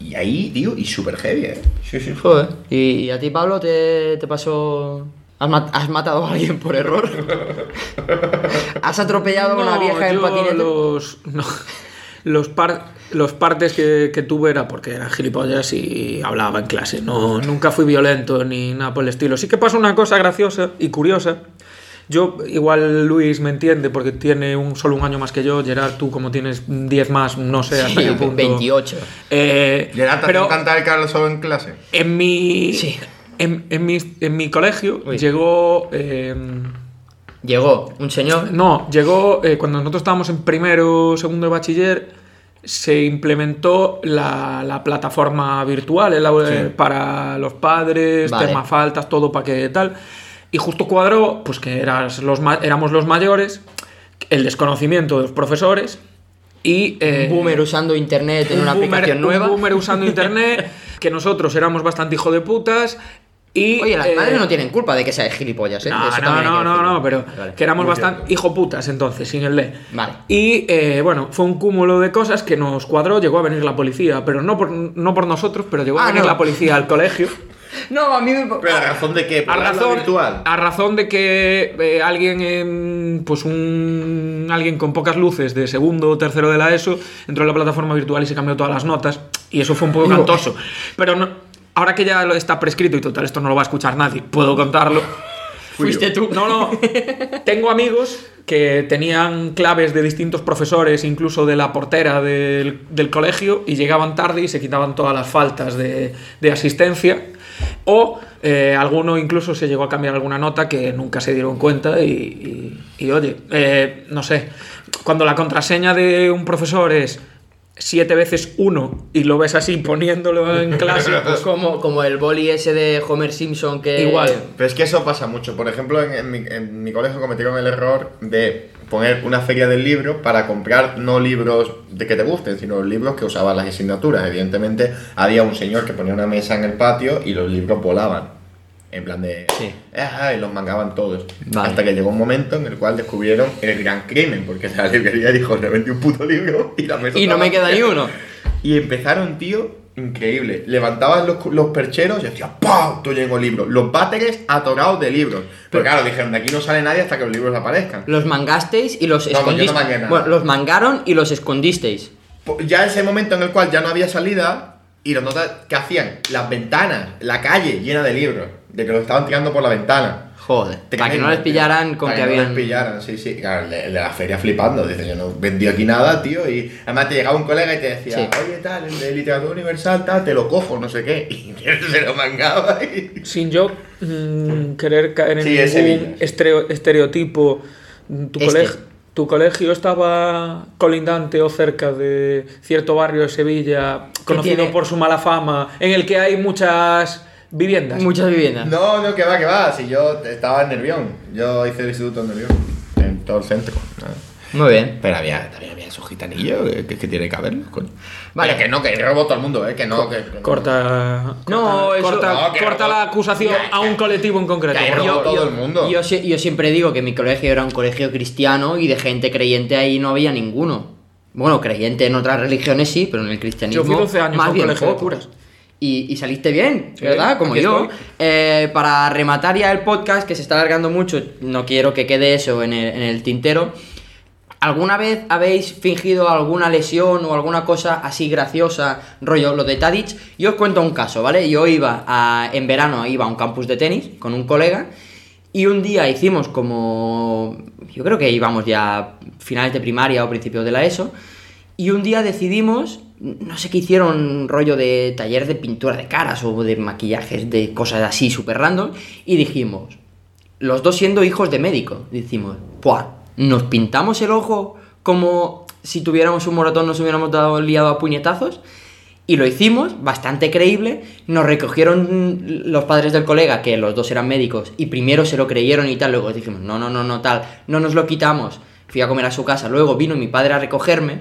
S3: Y ahí, tío, y super heavy, eh. Sí, sí.
S2: Joder. ¿Y, y a ti, Pablo, te, te pasó... Has, mat- has matado a alguien por error? ¿Has atropellado a una
S4: No,
S2: vieja en
S4: yo
S2: patinete?
S4: Los, no, los, par- los partes que, que tuve era porque era gilipollas y hablaba en clase. No, nunca fui violento ni nada por el estilo. Sí que pasó una cosa graciosa y curiosa. Yo, igual Luis me entiende porque tiene un, solo un año más que yo. Gerard, tú como tienes 10 más, no sé hasta
S2: Sí,
S4: qué punto.
S2: 28.
S4: Eh,
S3: Gerard, ¿te
S4: pero-
S3: hace cantar el Carlos solo en clase?
S4: en mi,
S2: Sí.
S4: en, en mi, en mi colegio
S2: Uy.
S4: llegó. eh,
S2: Llegó un señor...
S4: no, llegó. eh, cuando nosotros estábamos en primero segundo de bachiller, se implementó la, la plataforma virtual el aula-
S3: Sí.
S4: para los padres,
S2: Vale.
S4: tema faltas, todo para que tal. Y justo cuadró, pues que eras los ma- éramos los mayores, el desconocimiento de los profesores y. eh,
S2: boomer usando internet en
S4: un
S2: una
S4: boomer-
S2: aplicación
S4: un
S2: nueva.
S4: boomer usando internet, que nosotros éramos bastante hijo de putas. Y,
S2: Oye, las
S4: eh,
S2: madres no tienen culpa de que seas gilipollas, ¿eh? Eso
S4: No, no,
S2: también hay
S4: no,
S2: que
S4: no,
S2: decirlo.
S4: no, pero
S2: Vale.
S4: que éramos
S3: muy
S4: bastante
S3: cierto.
S4: hijo putas entonces, sin el le.
S2: Vale.
S4: Y eh, bueno, fue un cúmulo de cosas que nos cuadró, llegó a venir la policía, pero no por, no por nosotros, pero llegó
S2: Ah,
S4: a venir
S2: no.
S4: la policía al colegio.
S2: No, a mí me...
S3: ¿Pero a razón de qué? ¿Por
S4: A
S3: la aula
S4: razón,
S3: virtual?
S4: a razón de que eh, alguien, em, pues un alguien con pocas luces de segundo o tercero de la ESO entró en la plataforma virtual y se cambió todas las notas y eso fue un poco cantoso. Pero no- ahora que ya lo está prescrito y total esto no lo va a escuchar nadie, puedo contarlo.
S2: Fuiste tú.
S4: No, no. Tengo amigos que tenían claves de distintos profesores, incluso de la portera del, del colegio, y llegaban tarde y se quitaban todas las faltas de, de asistencia. O eh, alguno incluso se llegó a cambiar alguna nota que nunca se dieron cuenta y, y- y, oye, eh, no sé, cuando la contraseña de un profesor es siete veces uno y lo ves así poniéndolo en clase, pues
S2: Como, como el boli ese de Homer Simpson que...
S4: Igual.
S3: Pero es que eso pasa mucho. Por ejemplo, en, en mi, en mi colegio cometieron el error de poner una feria del libro para comprar no libros de que te gusten, sino libros que usaban las asignaturas. Evidentemente, había un señor que ponía una mesa en el patio y los libros volaban. En plan de...
S2: Sí.
S3: "Ah", y los mangaban todos.
S2: Vale.
S3: Hasta que llegó un momento en el cual descubrieron el gran crimen, porque la librería dijo, le vendí un puto libro y la mesa
S2: Y no me
S3: estaba
S2: queda ni
S3: vacía".
S2: uno.
S3: Y empezaron, tío, increíble. Levantaban los, los percheros y decían ¡Pau! Todo lleno de libros. Los váteres atorados de libros. Pero claro, dijeron, de aquí no sale nadie hasta que los libros aparezcan.
S2: Los mangasteis y los
S3: No, no, yo no
S2: escondisteis.
S3: mangué nada.
S2: bueno, los mangaron y los escondisteis.
S3: Po- Pues Ya ese momento en el cual ya no había salida y los notas que hacían las ventanas, la calle llena de libros, de que los estaban tirando por la ventana.
S2: Joder. para que
S3: Tremendo,
S2: no les
S3: tío.
S2: pillaran con
S3: Para
S2: que
S3: no
S2: habían.
S3: les pillaran, sí, sí. Claro, de, de la feria flipando. Dice, yo no vendí aquí nada, tío. Y además te llegaba un colega y te decía,
S2: Sí.
S3: oye, tal, el de literatura universal, tal, te lo cojo, no sé qué. Y se lo mangaba y...
S4: sin yo mm, querer caer en
S3: Sí, es
S4: ningún
S3: Sevilla.
S4: estereo- estereotipo, mm, tu,
S2: Este.
S4: coleg- tu colegio estaba colindante o cerca de cierto barrio de Sevilla, conocido
S2: tiene?
S4: por su mala fama, en el que hay muchas viviendas.
S2: Muchas viviendas.
S3: No, no, que va, que va. Si yo estaba en Nervión. Yo hice el instituto en Nervión. En todo el centro.
S2: Muy bien.
S3: Pero había, también había su gitanillo, que, que tiene que haberlo. coño.
S2: Vale.
S3: Vale, que no, que robo todo el mundo, eh, que no, que... que no.
S4: Corta, corta,
S2: No, eso-
S4: corta,
S3: No, que
S4: corta
S3: no.
S4: la acusación
S3: Ya, ya.
S4: a un colectivo en concreto.
S3: Ya,
S4: por
S3: no.
S4: favor.
S3: todo el mundo.
S2: Yo, sie- yo siempre digo que mi colegio era un colegio cristiano y de gente creyente ahí no había ninguno. Bueno, creyente en otras religiones sí, pero en el cristianismo.
S4: Yo fui 12 años a
S2: más
S4: un
S2: bien
S4: colegio de
S2: poco.
S4: curas.
S2: Y, y saliste bien,
S4: Sí,
S2: ¿verdad? Como
S4: aquí
S2: yo.
S4: estoy.
S2: Eh, para rematar ya el podcast, que se está alargando mucho, no quiero que quede eso en el, en el tintero. ¿Alguna vez habéis fingido alguna lesión o alguna cosa así graciosa, rollo lo de Tadic? Yo os cuento un caso, ¿vale? Yo iba a- en verano, iba a un campus de tenis con un colega y un día hicimos como, yo creo que íbamos ya finales de primaria o principios de la ESO, y un día decidimos, no sé qué hicieron, un rollo de taller de pintura de caras o de maquillajes, de cosas así súper random, y dijimos, los dos siendo hijos de médico, decimos, ¡buah! Nos pintamos el ojo como si tuviéramos un moratón, nos hubiéramos dado liado a puñetazos. Y lo hicimos, bastante creíble. Nos recogieron los padres del colega, que los dos eran médicos, y primero se lo creyeron y tal. Luego dijimos, no, no, no, no, tal, no nos lo quitamos. Fui a comer a su casa. Luego vino mi padre a recogerme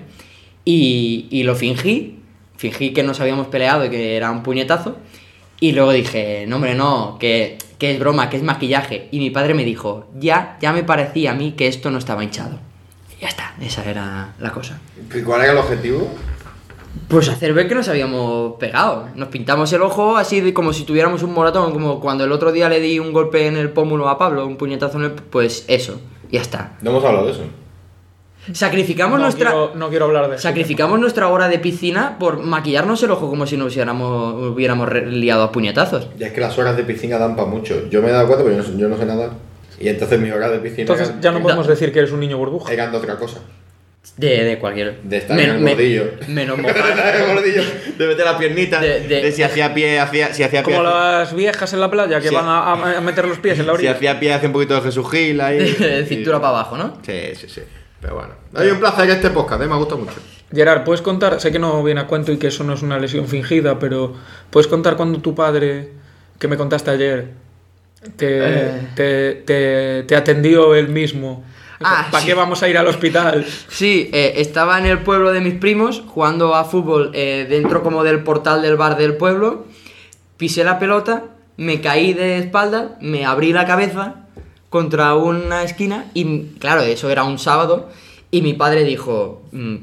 S2: y, y lo fingí. Fingí que nos habíamos peleado y que era un puñetazo. Y luego dije, no, hombre, no, que, que es broma, que es maquillaje. Y mi padre me dijo, ya, ya me parecía a mí que esto no estaba hinchado. Y ya está, esa era la cosa.
S3: ¿Y ¿Cuál era el objetivo?
S2: Pues hacer ver que nos habíamos pegado. Nos pintamos el ojo así de- como si tuviéramos un moratón, como cuando el otro día le di un golpe en el pómulo a Pablo, un puñetazo en el... Pues eso, ya está.
S3: No hemos hablado de eso.
S2: Sacrificamos
S4: no,
S2: nuestra...
S4: quiero, no quiero hablar de eso.
S2: Sacrificamos nuestra hora de piscina por maquillarnos el ojo como si nos hubiéramos, hubiéramos re- liado a puñetazos.
S3: Ya es que las horas de piscina dan para mucho. Yo me he dado cuenta, pero yo no, yo no sé nadar. Y entonces mi hora de piscina
S4: Entonces
S3: eran-
S4: ya no podemos decir que eres un niño burbuja.
S3: eran de otra cosa.
S2: De, de cualquier...
S3: De estar en el bordillo.
S2: menos mojar.
S3: de gordillo, de meter la piernita,
S2: De-
S3: de,
S2: de-
S3: si hacía pie, hacía, si hacía pie,
S4: Como las viejas en la playa que
S3: Sí.
S4: van a, a- a meter los pies en la
S3: si
S4: orilla.
S3: hacía pie, hacía un poquito de Jesús Gil ahí.
S2: de
S3: Y-
S2: cintura para abajo, ¿no?
S3: Sí, sí, sí. Pero bueno. Hay un placer este podcast, ¿eh? me gusta mucho.
S4: Gerard, ¿puedes contar? Sé que no viene a cuento y que eso no es una lesión fingida, pero ¿puedes contar cuando tu padre, que me contaste ayer, te,
S2: Eh.
S4: te, te- te atendió él mismo?
S2: Ah,
S4: ¿Para
S2: sí.
S4: qué vamos a ir al hospital?
S2: Sí, eh, estaba en el pueblo de mis primos jugando a fútbol eh, dentro como del portal del bar del pueblo. Pisé la pelota, me caí de espalda, me abrí la cabeza contra una esquina y claro, eso era un sábado y mi padre dijo, mm,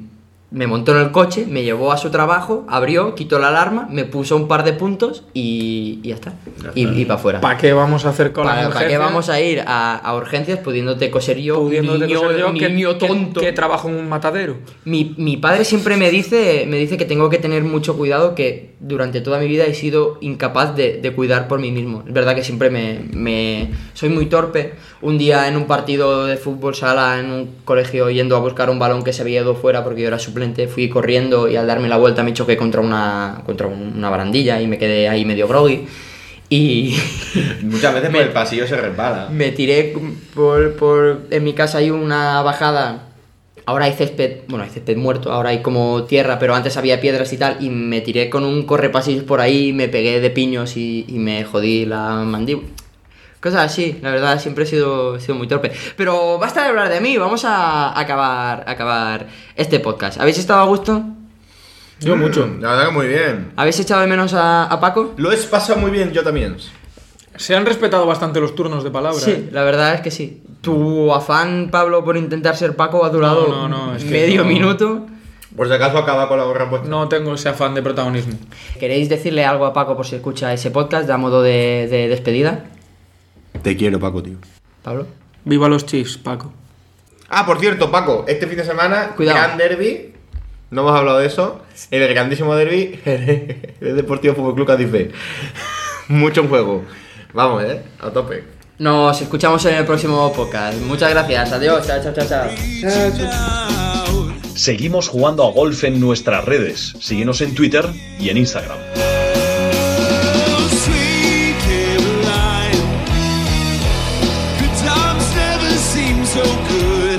S2: me montó en el coche, me llevó a su trabajo, abrió, quitó la alarma, me puso un par de puntos y, y ya está. Y, para afuera.
S4: ¿Para qué vamos a hacer con la
S2: ¿Para, para qué
S4: urgencia?
S2: vamos a ir a, a urgencias pudiéndote coser yo, un
S4: Pudiéndote
S2: niño,
S4: coser yo, que-
S2: niño
S4: que-
S2: tonto?
S4: Que, trabajo en un matadero.
S2: Mi, mi padre siempre me dice, me dice que tengo que tener mucho cuidado, que durante toda mi vida he sido incapaz de, de cuidar por mí mismo. Es verdad que siempre me, me- soy muy torpe. Un día en un partido de fútbol sala, en un colegio, yendo a buscar un balón que se había ido fuera porque yo era suplente, fui corriendo y al darme la vuelta me choqué contra una, contra un- una barandilla y me quedé ahí medio groggy. Y
S3: Muchas veces por el pasillo se resbala.
S2: me tiré por, por- En mi casa hay una bajada. Ahora hay césped, bueno, hay césped muerto, ahora hay como tierra, pero antes había piedras y tal, y me tiré con un correpasillos por ahí, me pegué de piños y, y me jodí la mandíbula. Cosas así, la verdad, siempre he sido, he sido muy torpe. Pero basta de hablar de mí, vamos a acabar, acabar este podcast. ¿Habéis estado a gusto?
S4: Yo mucho.
S3: La verdad que muy bien.
S2: ¿Habéis echado de menos a, a Paco?
S3: Lo he pasado muy bien, yo también.
S4: Se han respetado bastante los turnos de palabra. ¿eh?
S2: Sí, la verdad es que sí. Tu afán, Pablo, por intentar ser Paco ha durado
S4: No, no, no, es que
S2: medio
S4: no.
S2: minuto.
S3: Por si acaso acaba con la gorra puesta.
S4: No tengo ese afán de protagonismo.
S2: ¿Queréis decirle algo a Paco por si escucha ese podcast de a modo de, de despedida?
S3: Te quiero, Paco, tío.
S2: Pablo.
S4: Viva los Chiefs, Paco.
S3: Ah, por cierto, Paco, este fin de semana,
S2: Cuidado.
S3: gran derby. No hemos hablado de eso. El grandísimo derby del Deportivo Fútbol Club Cádiz. Mucho en juego. Vamos, eh, a tope.
S2: Nos escuchamos en el próximo podcast. Muchas gracias. Adiós. Chao, chao, chao, chao.
S1: Seguimos jugando a golf en nuestras redes. Síguenos en Twitter y en Instagram.
S5: Oh, Sweet Caroline, good times never seem so good.